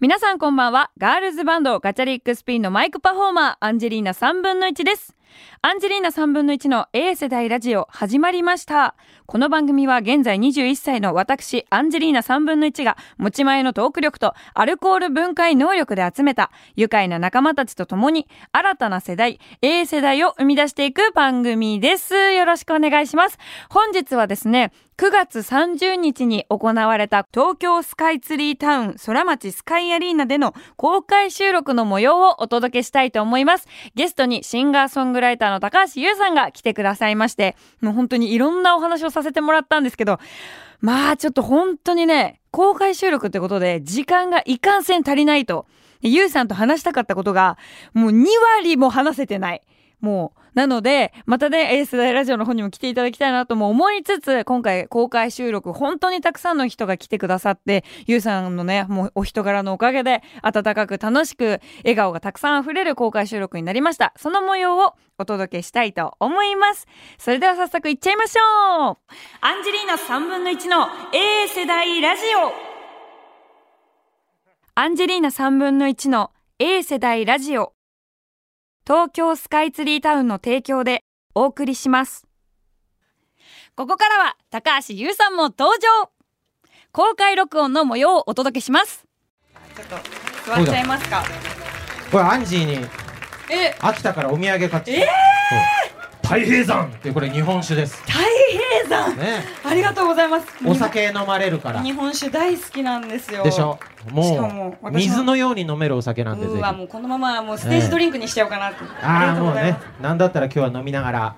皆さんこんばんはガールズバンドガチャリックスピンのマイクパフォーマーアンジェリーナ3分の1ですアンジェリーナ3分の1の A 世代ラジオ始まりましたこの番組は現在21歳の私アンジェリーナ3分の1が持ち前のトーク力とアルコール分解能力で集めた愉快な仲間たちと共に新たな世代 A 世代を生み出していく番組ですよろしくお願いします本日はですね9月30日に行われた東京スカイツリータウン空町スカイアリーナでの公開収録の模様をお届けしたいと思います。ゲストにシンガーソングライターの高橋優さんが来てくださいまして、もう本当にいろんなお話をさせてもらったんですけど、まあちょっと本当にね、公開収録ってことで時間がいかんせん足りないと。でゆうさんと話したかったことが、もう2割も話せてない。もう、なので、またね、エース大ラジオの方にも来ていただきたいなとも思いつつ、今回公開収録、本当にたくさんの人が来てくださって、ゆうさんのね、もうお人柄のおかげで、温かく楽しく、笑顔がたくさん溢れる公開収録になりました。その模様をお届けしたいと思います。それでは早速いっちゃいましょうアンジェリーナ3分の1の A 世代ラジオアンジェリーナ3分の1の A 世代ラジオ東京スカイツリータウンの提供でお送りしますここからは高橋優さんも登場公開録音の模様をお届けしますちょっと座っちゃいますかこれアンジーにえ秋田からお土産買ってきた、え太平山ってこれ日本酒です太平山ねありがとうございますお酒飲まれるから日本酒大好きなんですよでしょしかももう私も水のように飲めるお酒なんでぜうひわもうこのままもうステージドリンクにしちゃおうかなって、ありあがあとうもごうざいねます、なんだったら今日は飲みながら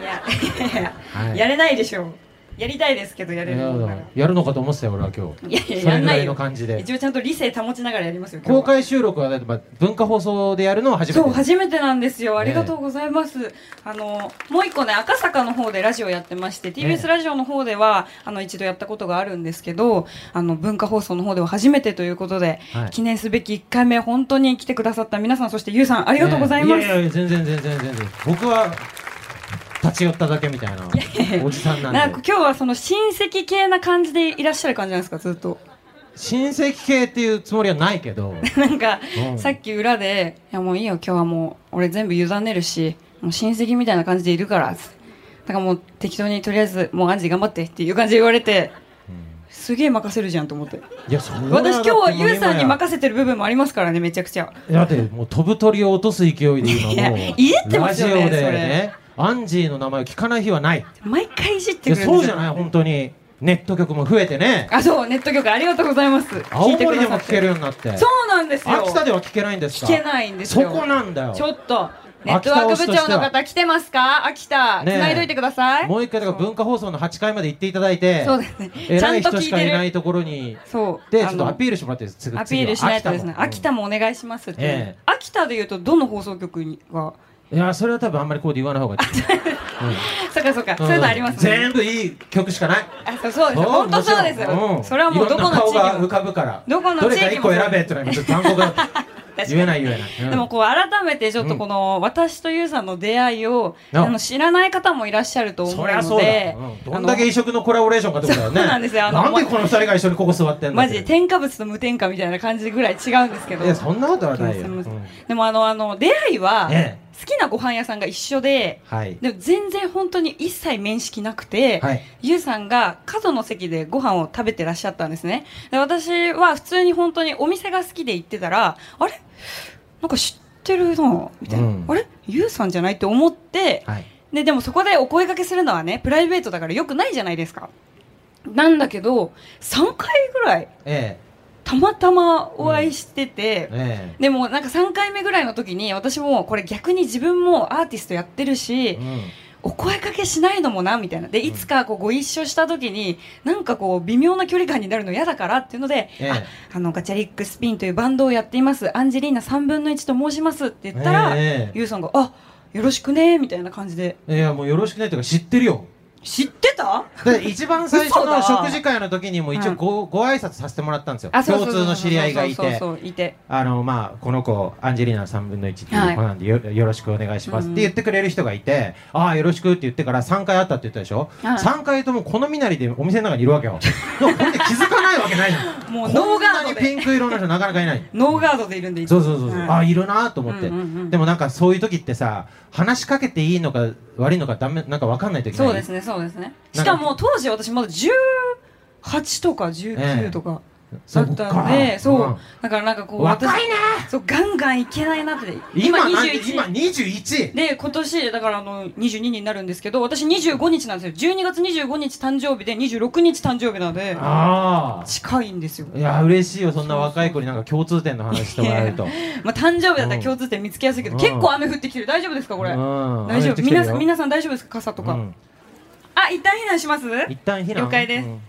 いやいやいや、はいやれないでしょうやりたいですけどやれるのからやるのかと思ってたよ俺は今いやい日やそやれんぐならいいよの感じで一応ちゃんと理性保ちながらやりますよ今日は公開収録はだってまあ文化放送でやるのは初そうめて初めてなんですよあねりがとうございます、あのもう一個ね赤坂の方でラジオやってまして TBS ラジオの方では、あの一度やったことがあるんですけどあの文化放送の方では初めてということで、はい記念すべき1回目本当に来てくださった皆さんそしてゆうさんありがとうございます、ねやいや全然全然全然僕は立ち寄っただけみたいなおじさんななんんかで今日はその親戚系な感じでいらっしゃる感じなんですかずっと 親戚系っていうつもりはないけどなんか、うんさっき裏で「いやもういいよ今日はもう俺全部委ねるしもう親戚みたいな感じでいるから」つってだからもう適当にとりあえず「もうアンジー頑張って」っていう感じで言われて、すげえ任せるじゃんと思っていやそんな私今日はゆうさんにせ任せてる部分もありますからねめちゃくちゃだってもう飛ぶ鳥を落とす勢いでい今やもういじってますよねラジオでそれねアンジーの名前を聞かない日はない毎回いじっいてやくるんですよそうじゃない本当にネット局も増えてねあそうネット局ありがとうございます青聞い森てでくだもさっ聞てけるようになってそうなんですよ秋田では聞けないんです聞かけないんですそよこなんだよちょっとネットワーク部長の方来てますか秋田、ねえ繋いどいてくださいもう一回だから文化放送の8回まで行っていただいてそうですねちゃ偉んいと人聞しいかていなるいところにそうでちあょのっとアピールしてもらってすぐアピールしないとですね秋田ももお願いしますっていう、ええ秋田でいうとどの放送局にはいやそれは多分あんまりこうで言 わない方がいい、うんそっかそっか、そういうのありますね全部いい曲しかないあそうそうです本当そうですんそれはもうどこの地いろんな顔が域浮もかぶからどこの地域もれか一個選べってのは今ちょっと単語がかに言えない言えない、う んでもこう改めてちょっとこの私とゆうさんの出会いを、ああの知らない方もいらっしゃると思うそのりでゃそうだ、うんどんだけ異色のコラボレーションかってことだよねそうなんですよあのなんでこの二人が一緒にここ座ってんのマジで添加物と無添加みたいな感じぐらい違うんですけどいやそんなことはないよ、すみませんうんでもあのあの出会いは、え好きなご飯屋さんが一緒ではいでも全然本当に一切面識なくて、はいゆうさんが角の席でご飯を食べてらっしゃったんですねで私は普通に本当にお店が好きで行ってたらあれなんか知ってるなみたいな、うんあれゆうさんじゃないって思って、はいででもそこでお声掛けするのはねプライベートだからよくないじゃないですかなんだけど3回ぐらいえたまたまお会いしてて、ええでもなんか3回目ぐらいの時に私もこれ逆に自分もアーティストやってるし、えうんお声かけしないのもなみたいなでいつかこうご一緒した時になんかこう微妙な距離感になるの嫌だからっていうので、ええああのガチャリックスピンというバンドをやっていますアンジェリーナ3分の1と申しますって言ったら、ええゆうさんが「あよろしくね」みたいな感じで いやもうよろしくないというか知ってるよ知ってたで一番最初の嘘だ食事会の時にも一応ご,、ご挨拶させてもらったんですよあそうそう共そうそう通の知り合いがいそうそうてそうそういてあのまあこの子アンジェリーナの3分の1っていう子なんでよ,、よろしくお願いしますって言ってくれる人がいて、ああよろしくって言ってから3回会ったって言ったでしょ、はい3回ともこの身なりでお店の中にいるわ けよでもこれで気づかないわけないじゃんもうノーガードこんなにでピンク色の人なかなかいないノーガードでいるんでいつそもうそうそうそう、はいああいるなと思って、うんうんうんでもなんかそういう時ってさ話しかけていいのか悪いのかダメなんかわかんない時ないそうですねそうですねしかも当時私まだ18とか19とかだそっこたかんでそう,、んだからなんかこう若い私ねそうガンガンいけないなって今今なん21今 21! で今年だからあの22になるんですけど私25日なんですよ12月25日誕生日で26日誕生日なのであ近いんですよあいや嬉しいよそんな若い子になんか共通点の話してもらえるとまあ誕生日だったら共通点見つけやすいけどうん結構雨降ってきてる大丈夫ですか これうん大丈雨降っ夫てきてる皆よさん皆さん大丈夫ですか傘とか、うんあ一旦避難します一旦避難了解ですうん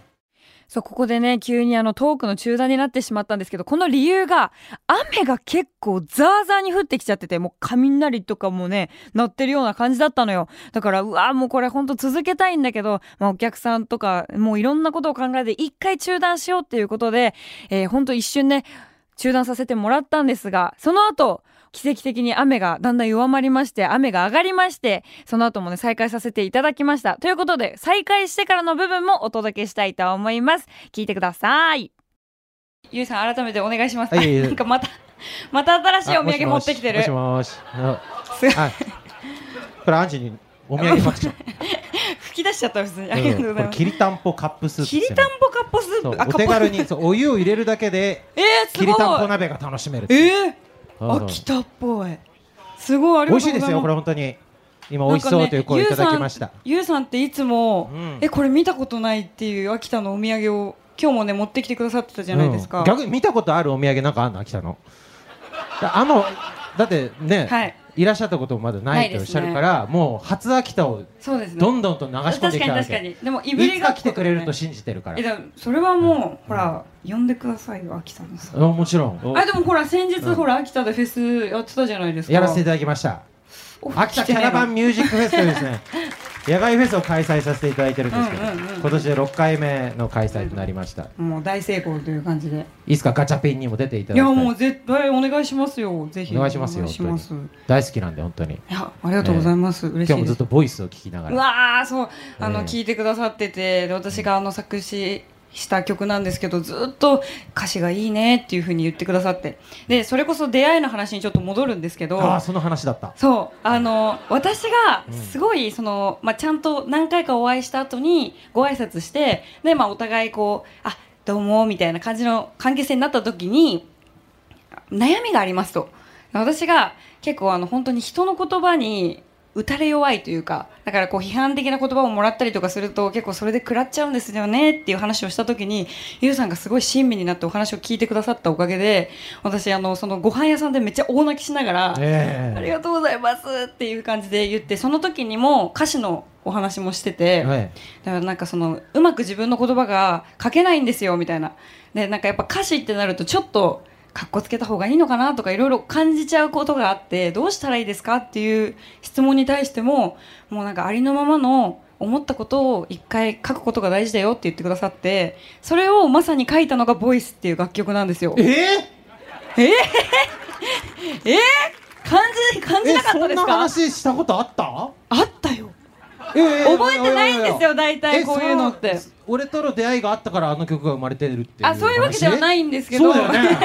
そう、ここでね、急にあのトークの中断になってしまったんですけど、この理由が、雨が結構ザーザーに降ってきちゃってて、もう雷とかもね、鳴ってるような感じだったのよ。だから、うわーもうこれほんと続けたいんだけど、まあお客さんとか、もういろんなことを考えて、一回中断しようっていうことで、えー、ほんと一瞬ね、中断させてもらったんですが、その後、奇跡的に雨がだんだん弱まりまして、雨が上がりまして、その後もね、再開させていただきました。ということで、再開してからの部分もお届けしたいと思います。聞いてください。ゆいさん改めてお願いします、はいいえいえなんかまたまた新しいおあも土し産持もっしてきてるもしもしあすごいあこれアンジにお土産持ってきちゃった吹き出しちゃった普通 にあうりがとうござんいこれますきりたんぽカップスープきりですよねたんぽカッポスそーうプあお手軽カッポにそうお湯を入れるだけでえー、すきりたんごぽい鍋が楽しめるえー、うんあきたっぽいすごいありが美味とうしごいざですいよまこれす本当に今美味しそうという声をいただきましたゆうさんっていつも、うんえこれ見たことないっていう秋田のお土産を今日もね持ってきてくださってたじゃないですか、うん逆に見たことあるお土産なんかあんの秋田のだあのだってね、はいい、らっしゃったこともまだなないいでとすおねっしゃるから、もう初秋田をそうですねどんどんと流し確込かんでにきたわ確けかにでもいいぶりつがかっこ来てくれると信じてるからえでもそれはもう、ほら呼んでくださいよ秋田のさんあもちろんあでもほら先日、うんほら秋田でフェスやってたじゃないですかやらせていただきましたお秋田キャラバンミュージックフェスというですね野外フェスを開催させていただいてるんですけど、うんうんうんうん今年で6回目の開催となりました、もう大成功という感じでいつかガチャピンにも出ていたいだきやたいもう絶対お願いしますよぜひお願いしますよお願いしますい大好きなんで本当にやありがとうございます、嬉しいです今日もずっとボイスを聞きながうらわーそうあの、ええ聞いてくださっててで私があの作詞した曲なんですけどずっと歌詞がいいねっていう風に言ってくださってでそれこそ出会いの話にちょっと戻るんですけどああーその話だったそうあの私がうんすごいその、まあ、ちゃんと何回かお会いした後にご挨拶してで、まあ、お互いこう「あどうも」みたいな感じの関係性になった時に悩みがありますと私が結構あの本当に人の言葉に打たれ弱いというかだからこう批判的な言葉をもらったりとかすると結構それで食らっちゃうんですよねっていう話をした時にゆうさんがすごい親身になってお話を聞いてくださったおかげで私あのそのご飯屋さんでめっちゃ大泣きしながら、ええありがとうございますっていう感じで言ってその時にも歌詞のお話もしてて、はいだからなんかそのうまく自分の言葉が書けないんですよみたいなでなんかやっぱ歌詞ってなるとちょっとかっこつけた方がいいのかなとかいろいろ感じちゃうことがあってどうしたらいいですかっていう質問に対してももうなんかありのままの思ったことを一回書くことが大事だよって言ってくださってそれをまさに書いたのが「ボイスっていう楽曲なんですよ。えええー、感じ感じえなかっそたんでなすか話したことあったあったよ覚覚えてないんですよ大体こういうのって俺との出会いがあったからあの曲が生まれてるっていうあそういうわけではないんですけどそうだよね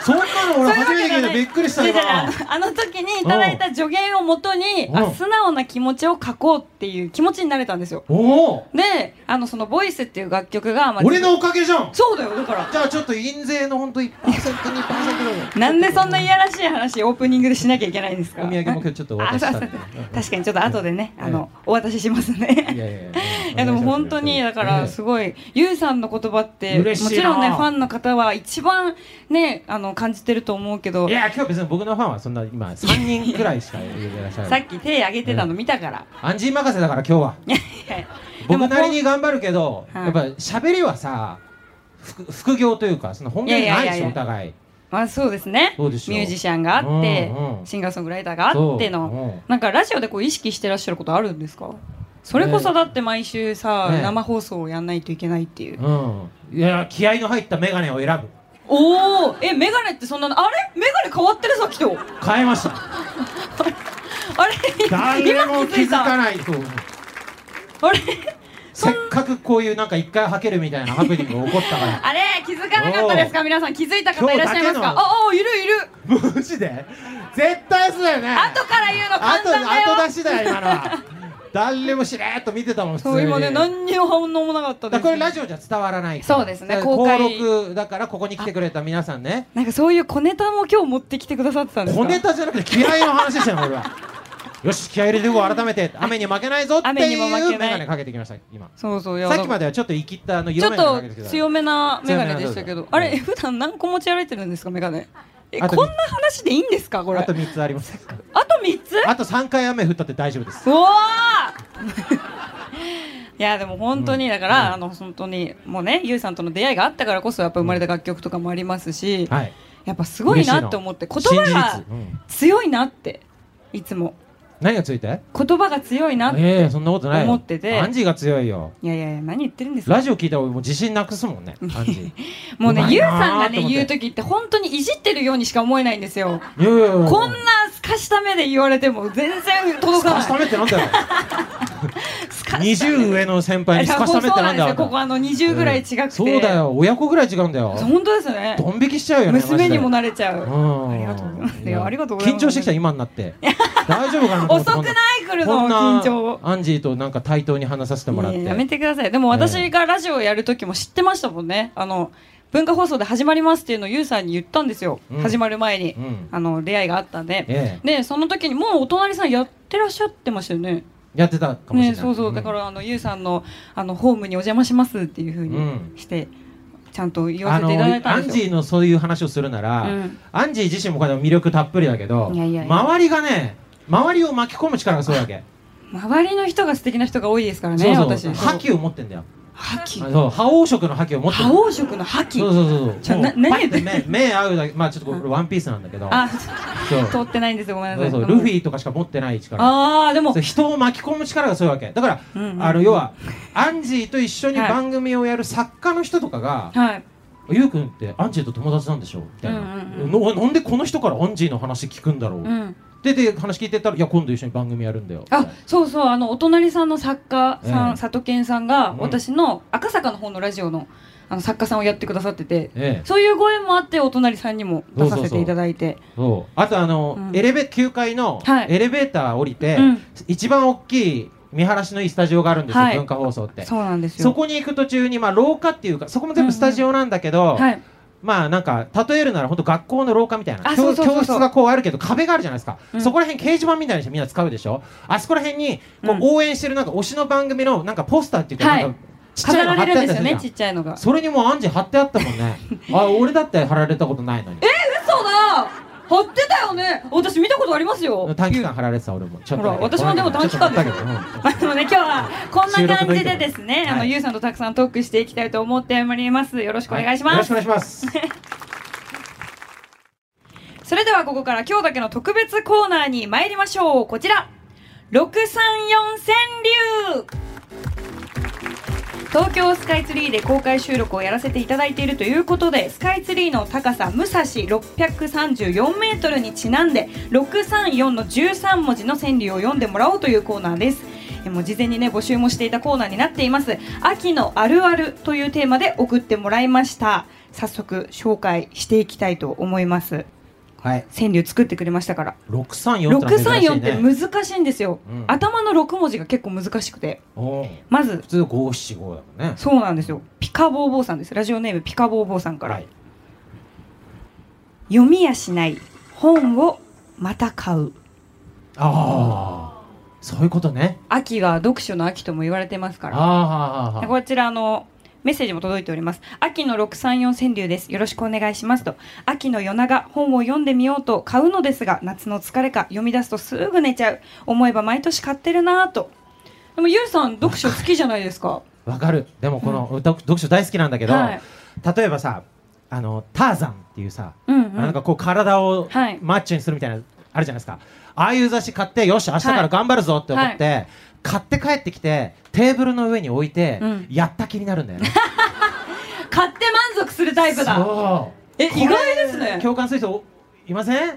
そんなの俺初めそて聞いてういうわけじゃないびっくりした違う違う今あのあの時にいただいた助言をもとにあうん素直な気持ちを書こうっていう気持ちになれたんですよおおであのその「ボイスっていう楽曲が、まあ、俺のおかげじゃんそうだよだからじゃあちょっと印税のほんと 1%2% ぐらいなんでそんないやらしい話オープニングでしなきゃいけないんですかお土産も今日ちょっとお渡ししたんであそうそう確かにちょっと後でねあのお渡ししますいねやいやいやいやでも本当にだからすごいゆうさんの言葉っても嬉しいなちろんねファンの方は一番ねあの感じてると思うけどいや今日別に僕のファンはそんな今3人 くらいしかいらっしゃさるっき手挙げてたの見たから。アンジー任せだから今日はでも僕なりに頑張るけど、はいやっぱ喋りはさ副副業というかその本業じゃないいやでいやいやいしやょお互いまあそうですね。そうでしょミュージシャンがあって、うんうんシンガーソングライターがあっての。そうなんかラジオでこう意識してらっしゃることあるんですか。うそれこそだって毎週さ、ね生放送をやんないといけないっていう、うんいや気合の入ったメガネを選ぶおおえメガネってそんなのあれメガネ変わってるさっきと変えました あれ誰も気づかいないとたあれせっかくこういうなんか一回はけるみたいなハプニングが起こっ たからあれ気づかなかったですか皆さん気づいた方いらっしゃいますか今日だけのああいるいるマジで絶対そうだよね後から言うの簡後単だよ後出しだよ今のは誰もしれーっと見てたもん普通そうに今ね何にも反応もなかったでだすこれラジオじゃ伝わらないからそうですねだから公開登録だからここに来てくれた皆さんねなんかそういう小ネタも今日持ってきてくださってたんですか小ネタじゃなくて気合の話でしたよ俺 はよし気合入れていこう改めて雨に負けないぞって雨にいも負けないうメガネかけてきました今そうそういやさっきまではちょっと生きったあのちょっ色眼鏡かけとてきた強めなメガネでしたけど強めなあれうん普段何個持ち歩いてるんですかメガネえあとこんな話でいいんですかこれあと3つありますあと3つあと3回雨降ったって大丈 夫ですうわー いやでも本当にうんだから、あの本当にもうねゆうさんとの出会いがあったからこそやっぱ生まれた楽曲とかもありますし、はいやっぱすごいなって思って言葉が真実うん強いなっていつも何がついて言葉が強いなって、ええそんなことないよ思っててアンジーが強いよいやいやいや何言ってるんですかラジオ聞いたら俺もう自信なくすもんねア ンジもうねうまいゆうなーさんがとね思って言う時って本当にいじってるようにしか思えないんですよーいやいやいやこんなすかした目で言われても全然届スかカないスタメってなんだよスカ二十上の先輩にスカスタメってそうななんんでだすよよここあの20ぐらい違くて、そうだよ親子ぐらい違うんだよそう本当ですねドン引きしちゃうよね娘にもななれちゃううんありがとうございますいやありがとうございま緊す張してきた今になって大丈夫かなと思って 遅くない来るのこんな緊張をアンジーとなんか対等に話させてもらっいてややめてくださいでも私がラジオをやる時も知ってましたもんねあの文化放送で始まりますっていうのをゆうさんに言ったんですよ、うん始まる前に、うんあの出会いがあったんで、えでその時にもうお隣さんやってらっしゃってましたよねやってたかもしれねないそうそう、だからあのゆうさんのあのホームにお邪魔しますっていうふうにして、ちゃんと言わあせていただいのたアんンでジすよーのそういう話をするなら、うんアンジー自身もこれ魅力たっぷりだけどいやいやいや周りがね周りを巻き込む力がすごいわけ、周りの人が素敵な人が多いですからねそうそ私う覇気を持ってんだよ覇気あそう覇王色の覇気を持ってる覇王色の覇気そうそうそうちそょうなもう何パッ言てっ目目合うだけまあちょっとこれワンピースなんだけどあそう通ってないんですよごめんなそさういそうルフィとかしか持ってない力ああでもそう人を巻き込む力がすごいわけだから、うんうんあの要はアンジーと一緒にはい番組をやる作家の人とかが、はいゆうくんってアンジーと友達なんでしょみたいな、うんうんうんのなんでこの人からアンジーの話聞くんだろうう、んでで話聞いてたら「いや今度一緒に番組やるんだよ」あそうそうあのお隣さんの作家さん、ええ里健さんが、うん私の赤坂の方のラジオのあの作家さんをやってくださっててええそういうご縁もあってお隣さんにも出させていただいてそうあとあの、うんエレベ9階のはいエレベーター降りて、うん一番大きい見晴らしのいいスタジオがあるんですよ、はい文化放送ってそうなんですよそこに行く途中に、まあ、廊下っていうかそこも全部スタジオなんだけど、はいまあなんか例えるなら本当学校の廊下みたいあなそ教うそうそうそう教室がこうあるけど壁があるじゃないですか、うんそこら辺掲示板みたいにしてみんな使うでしょあそこら辺にうこうん応援してるなんか推しの番組のなんかポスターっていうかはいなんかちっちゃ飾いの貼らってれるあっんたですじゃよんねちっちゃいのがそれにもうアンジ貼ってあったもんねあ俺だって貼られたことないのに嘘だ貼ってたよね私見たことありますよ短期間貼られてた俺もちょっとだけほら私もでも短期間ですよちょっとだ けどまあでもね今日はこんな感じでですね、収録の意見あのはいゆうさんとたくさんトークしていきたいと思っておりますよろしくおうん願いします、よろしくお願 いしますそれではここから今日だけの特別コーナーに参りましょうこちら634川柳東京スカイツリーで公開収録をやらせていただいているということでスカイツリーの高さ武蔵634メートルにちなんで634の13文字の川柳を読んでもらおうというコーナーですえもう事前にね募集もしていたコーナーになっています秋のあるあるというテーマで送ってもらいました早速紹介していきたいと思いますはい川柳作ってくれましたから634ってのは珍しいね634って難しいんですよ、うん頭の6文字が結構難しくておうまず普通575だもんねそうなんですよピカボーボーさんですラジオネームピカボーボーさんから、はい読みやしない本をまた買うああそういうことね秋は読書の秋とも言われてますからあーはーはーはーこちらあのメッセージも届いております秋の634川柳ですよろしくお願いしますと秋の夜長本を読んでみようと買うのですが夏の疲れか読み出すとすぐ寝ちゃう思えば毎年買ってるなぁとでもゆうさん読書好きじゃないですかわかるでもこの、読読書大好きなんだけど、はい例えばさあのターザンっていうさ、うんうなんんかこう体をはいマッチョにするみたいなあるじゃないですかああいう雑誌買ってよし明日から頑張るぞって思って、買って帰ってきてテーブルの上に置いて、うんやった気になるんだよね買って満足するタイプだそうえこれ意外ですね共感する人おいません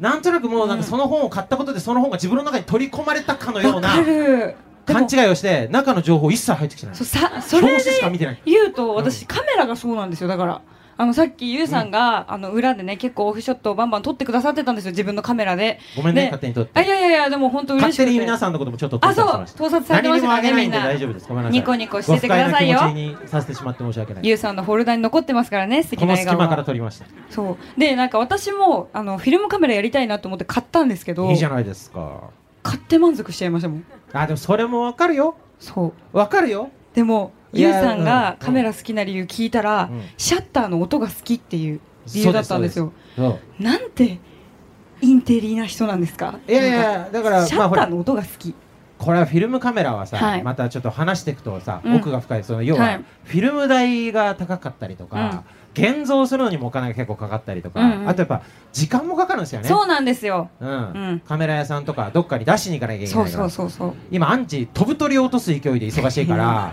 なんとなくもうなんかその本を買ったことでその本が自分の中に取り込まれたかのようわなかるで勘も違いをして中の情報一切入ってきてないそうさそ表れ紙でしか見てない言うと私、カメラがそうなんですよだからあのさっきゆうさんが、あの裏でね結構オフショットをバンバン撮ってくださってたんですよ自分のカメラでごめんねで勝手に撮っあていやいやいやでも本当嬉勝しく手てに皆さんのこともちょっとあそう盗撮しま盗撮したされてましたからね何みにんもあげないんで大な丈夫ですごめんなさいニコニコしててくださいご不快よな気持ちにさせてしまって申し訳ないゆうさんのフォルダに残ってますからね素敵なこの笑隙顔間からが撮りましたそうでなんか私もあのフィルムカメラやりたいなと思って買ったんですけどいいじゃないですか買って満足しちゃいましたもんあでもそれもわかるよそうわかるよでもいゆうやさんうんがカメラ好きな理由聞いたら、うんシャッターの音が好きっていう理由だったんですよそうなんてインテリな人なんですかいやいなんやだからシャまあッほターらの音が好き、これはフィルムカメラはさ、はいまたちょっと話していくとさ、うん奥が深いその要ははいフィルム代が高かったりとか、現像するのにもお金が結構かかったりとか、うんうんあとやっぱ時間もかかるんですよねそうなんですようんうんカメラ屋さんとかどっかに出しに行かなきゃいけないかそらうそうそうそう今アンチ飛ぶ鳥を落とす勢いで忙しいから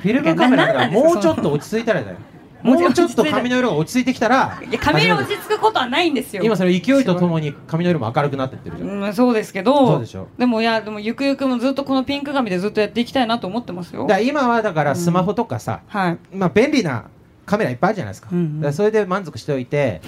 フィルムカメラだからななんなんもうですちかょっと落ち着いたらだよももうちょっうとちょ落ちっと着いたら髪の色が落ち着いてきたらいや髪色落始めるち着くことはないんですよ今その勢いとともに髪の色も明るくなってってるじゃんうん、そうですけどそうでしょもいやでもゆくゆくもずっとこのピンク髪でずっとやっていきたいなと思ってますよだから今はだからスマホとかさ、はいまあ便利なカメラいっぱいあるじゃないですか,、うんうんだからそれで満足してお いて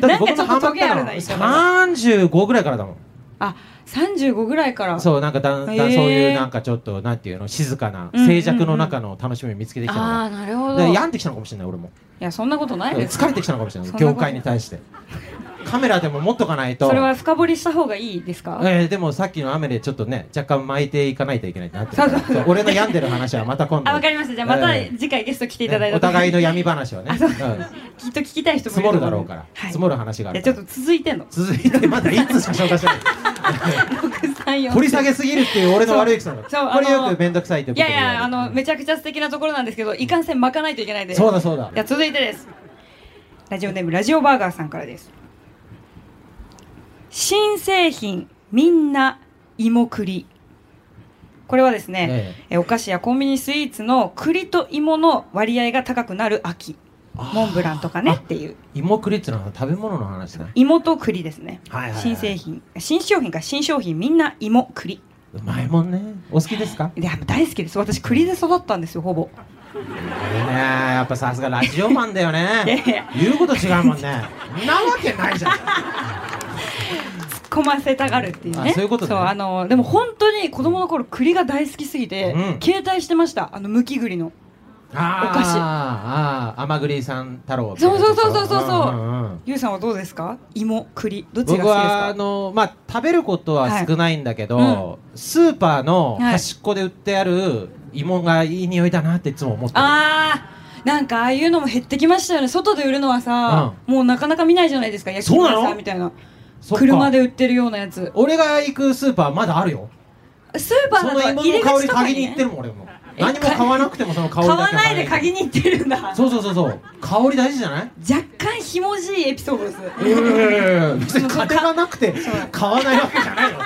なんかちょっとハマトゲあるな35ぐらいからだもんあ35ぐらいからそうなんかだんだんへーそういうなんかちょっとなんていうの静かなうんうん静寂の中の楽しみを見つけてきたのあよあなるほだどからい病んできたのかもしれない俺もやそんなことないです疲れてきたのかもしれなそいんなこと業界に対してカメラでも持っとかないとそれは深掘りした方がいいですか、えーでもさっきの雨でちょっとね若干巻いていかないといけないってなってるからそうそうそうそう俺の病んでる話はまた今度あわかりましたじゃあまたえー次回ゲスト来ていただいねたお時に互いの闇話をねあそううんきっと聞きたい人もいると積も思るだろうから、はい、積もる話があいやるちょからっと続いて んの続いてまだいつしか紹介してない 634掘り下げすぎるっていう俺の悪い癖なのそうそうこれあよのく面倒くさいっていやいやあのめちゃくちゃ素敵なところなんですけどいかんせん巻かないといけないんでそうだそうだじゃあ続いてですラジオネームラジオバーガーさんからです新製品みんな芋栗これはですね、ええお菓子やコンビニスイーツの栗と芋の割合が高くなる秋モンブランとかねっていう芋栗っていうのは食べ物の話ね芋と栗ですね、はいはいはい新製品新商品か新商品みんな芋栗うまいもんねお好きですかいや大好きです私栗で育ったんですよほぼいいねやっぱさすがラジオマンだ よいやいやね言うこと違う もんねんなわけないじゃん突っ込ませたがるっていうねあそういうことねそうあのでも本当に子供の頃栗が大好きすぎて、うん携帯してましたあのむき栗のあーお菓子あー甘栗さん太郎ってやつそうそうそうそうそうそうんんんゆうさんはどうですか芋栗どっちが僕好きですはあかの、まあ、食べることは少ないんだけど、はスーパーのはい端っこで売ってある芋がいい匂いだなっていつも思ってる、あーなんかああいうのも減ってきましたよね外で売るのはさ、もうなかなか見ないじゃないですか焼き芋屋そうなさのんみたいなそっか車で売ってるようなやつ俺が行くスーパーまだあるよスーパーそだのと入芋のり香口りとか嗅に、ぎに行ねっ、てるもん俺もえ何も買わなくてもその香り買だけわないで嗅ぎ鍵に行ってるんだそうそうそうそう香り大事じゃない若干ひもじいエピソードですいやいやいやいや別に金がなくてそう買わないわけじゃないよ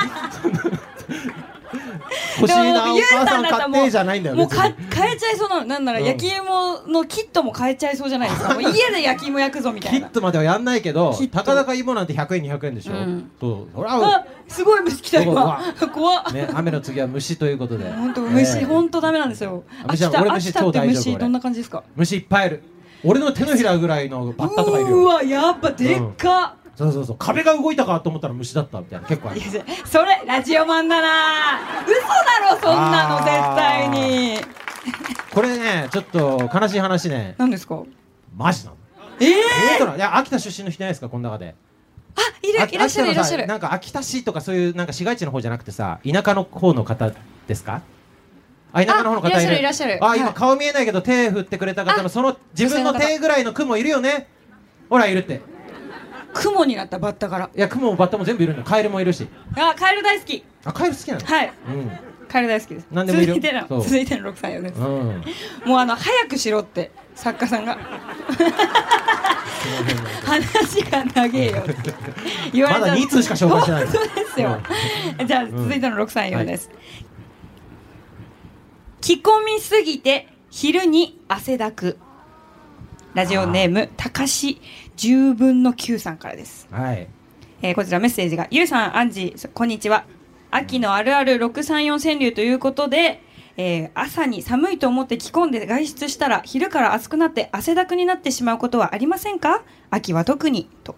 欲しでいもなおゆうさ母んさんだったら買ってじゃないんだよもう別にか変えちゃいそうなのなんならうん焼き芋のキットも変えちゃいそうじゃないです かもう家で焼き芋焼くぞみたキいッなトまではやんないけどキットたかだか芋なんて100円200円でしょ、うんそうそらあすごい虫来たう今わ怖っね、雨の次は虫ということで本当虫ええ本当ダメなんですよあじゃあ秋田俺秋虫田超って大丈夫虫俺どんな感じですか虫いっぱいいる俺の手のひらぐらいのバッタとかいるうーよわやっぱでっかそうそうそう壁が動いたかと思ったら虫だったみたいな結構あいるやじゃあそれラジオマンだな嘘だろそんなの絶対にこれねちょっと悲しい話ね何ですかマジなのえええいや秋田出身の人いないですかこの中であいる秋いらっしゃるい秋ら田のっさしゃるなんか秋田市とかそういうなんか市街地の方じゃなくてさ田舎の方の方ですかあ田舎の方の方いるあいらっしゃるいらっしゃるあ今、はい顔見えないけど手振ってくれた方のその自分の手ぐらいの雲いるよねほらいるって雲になったバッタからいや雲もバッタも全部いるんだカエルもいるしあカエル大好きあカエル好きなのはいうんカエル大好きです何でもいるよ続いてのそう続いての634ですうん。もうあの早くしろって作家さんが話が長えよって言われまただ2通しか紹介してないの。本当ですよ、じゃあ続いての634です、着込みすぎて昼に汗だくラジオネームたかし10分の9さんからですはい。えーこちらメッセージが、ゆうさん、アンジー、こんにちは。秋のあるある634川柳ということで、えー朝に寒いと思って着込んで外出したら、昼から暑くなって汗だくになってしまうことはありませんか秋は特に、と。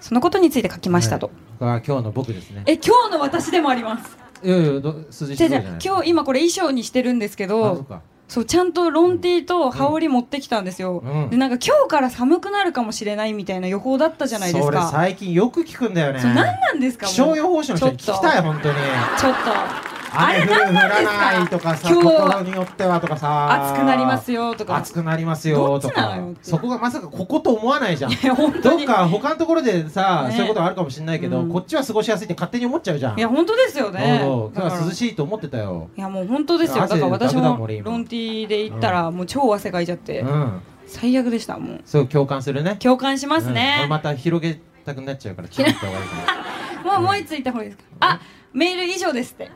そのことについて書きましたと。はい。これは今日の僕ですね。え、今日の私でもあります。いやいや、ど筋じゃ違あいじじゃゃないあ。今日、今これ衣装にしてるんですけあそどう、かそう、ちゃんとロンティと羽織持ってきたんですよ。うんで、なんか今日から寒くなるかもしれないみたいな予報だったじゃないですそれか。最近よく聞くんだよね。そう、何なんですか気もう象予報士の人に聞きたい、本当に。ちょっと。あれ雨降る何な降んですからないとかさ、今日ところによってはとかさ。暑くなりますよとか暑くなりますよどとっちなかのよ。そこがまさかここと思わないじゃん。いや本当どっに。か他のところでさ、ねそういうことはあるかもしれないけど、うんこっちは過ごしやすいって勝手に思っちゃうじゃん。いや本当ですよね。そうそうだ今か日らは涼しいと思ってたよ。いやもう本当ですよ。だから私汗だくだももん俺今ロンティで行ったらもう超汗かいちゃっうてん。最悪でしたもう。そう共感するね。共感しますうんね。また広げたくなっちゃ うから、ちょっと終わりかもうもう一つ行った方がいいですか。あメール以上ですって。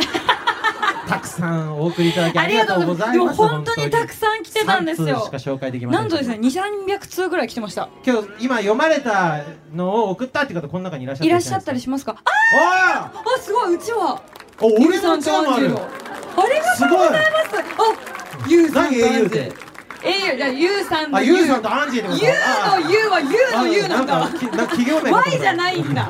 なたくさんお送りいただきあありりががととううごござざいいます。までも本す。当にたくさん来てたんです3通しよか。紹介できませんなんとですね、二三百通ぐらい来てました。今日今読まれたのを送ったって方この中にいらっしゃったいらっしゃったりししますか。あああすごいうちは。ーお俺のさうちのもああるりがとうございます。あ、ゆうさんとアン何 AU ジってー。えいじゃあゆうさんのあ、ゆうさんとアンジーでござゆいうますのゆうはゆうあのゆうなんなだん。かきなんか企業名かと思った Y じゃないんだ。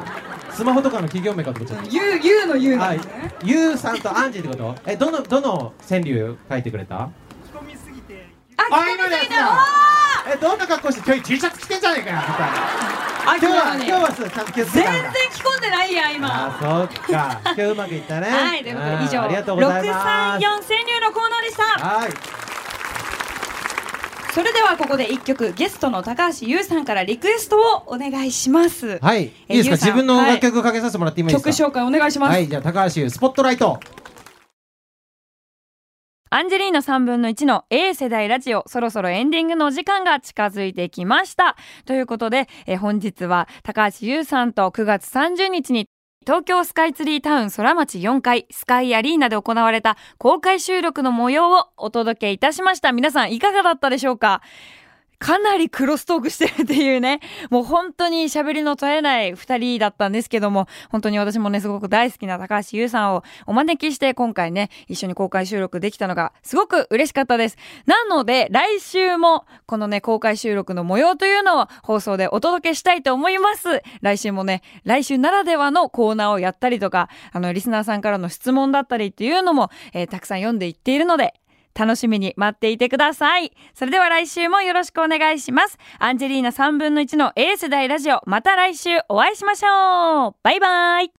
スマホとかの企業名かと思っちゃったゆうゆうのゆうなはんいだね。、ゆうさんとアンジーってことえ、どの、どの川柳書いてくれたあ、あ、聞こ今のえてやつきただわえ、どんな格好して今日 T シャツ着てんじゃねえかよみたいー。なあ、今日は、聞こえた今日ねはそうちゃんと気をつけ全た然んだ着込んでないや今。あ、そっか今日うまくいったねはい、ということであー以上ありがとうござい六ま三す四川柳のコーナーでした。はい、それではここで一曲ゲストの高橋優さんからリクエストをお願いします。はい、いえいですゆうかさん自分の楽曲かけさせてもらっていいです曲か紹介お願いします。はい、じゃあ高橋優スポットライトアンジェリーナ3分の1の A 世代ラジオ、そろそろエンディングのお時間が近づいてきました。ということで、えー本日は高橋優さんと9月30日に東京スカイツリータウン空町4階スカイアリーナで行われた公開収録の模様をお届けいたしました。皆さんいかがだったでしょうかかなりクロストークしてるっていうね。 もう本当に喋りの絶えない二人だったんですけども、本当に私もね、すごく大好きな高橋優さんをお招きして、今回ね、一緒に公開収録できたのがすごく嬉しかったです。なので、来週もこのね、公開収録の模様というのを放送でお届けしたいと思います。来週もね、来週ならではのコーナーをやったりとか、あの、リスナーさんからの質問だったりっていうのも、えーたくさん読んでいっているので、楽しみに待っていてください。それでは来週もよろしくお願いします。アンジェリーナ3分の1の A 世代ラジオ、また来週お会いしましょうバイバイ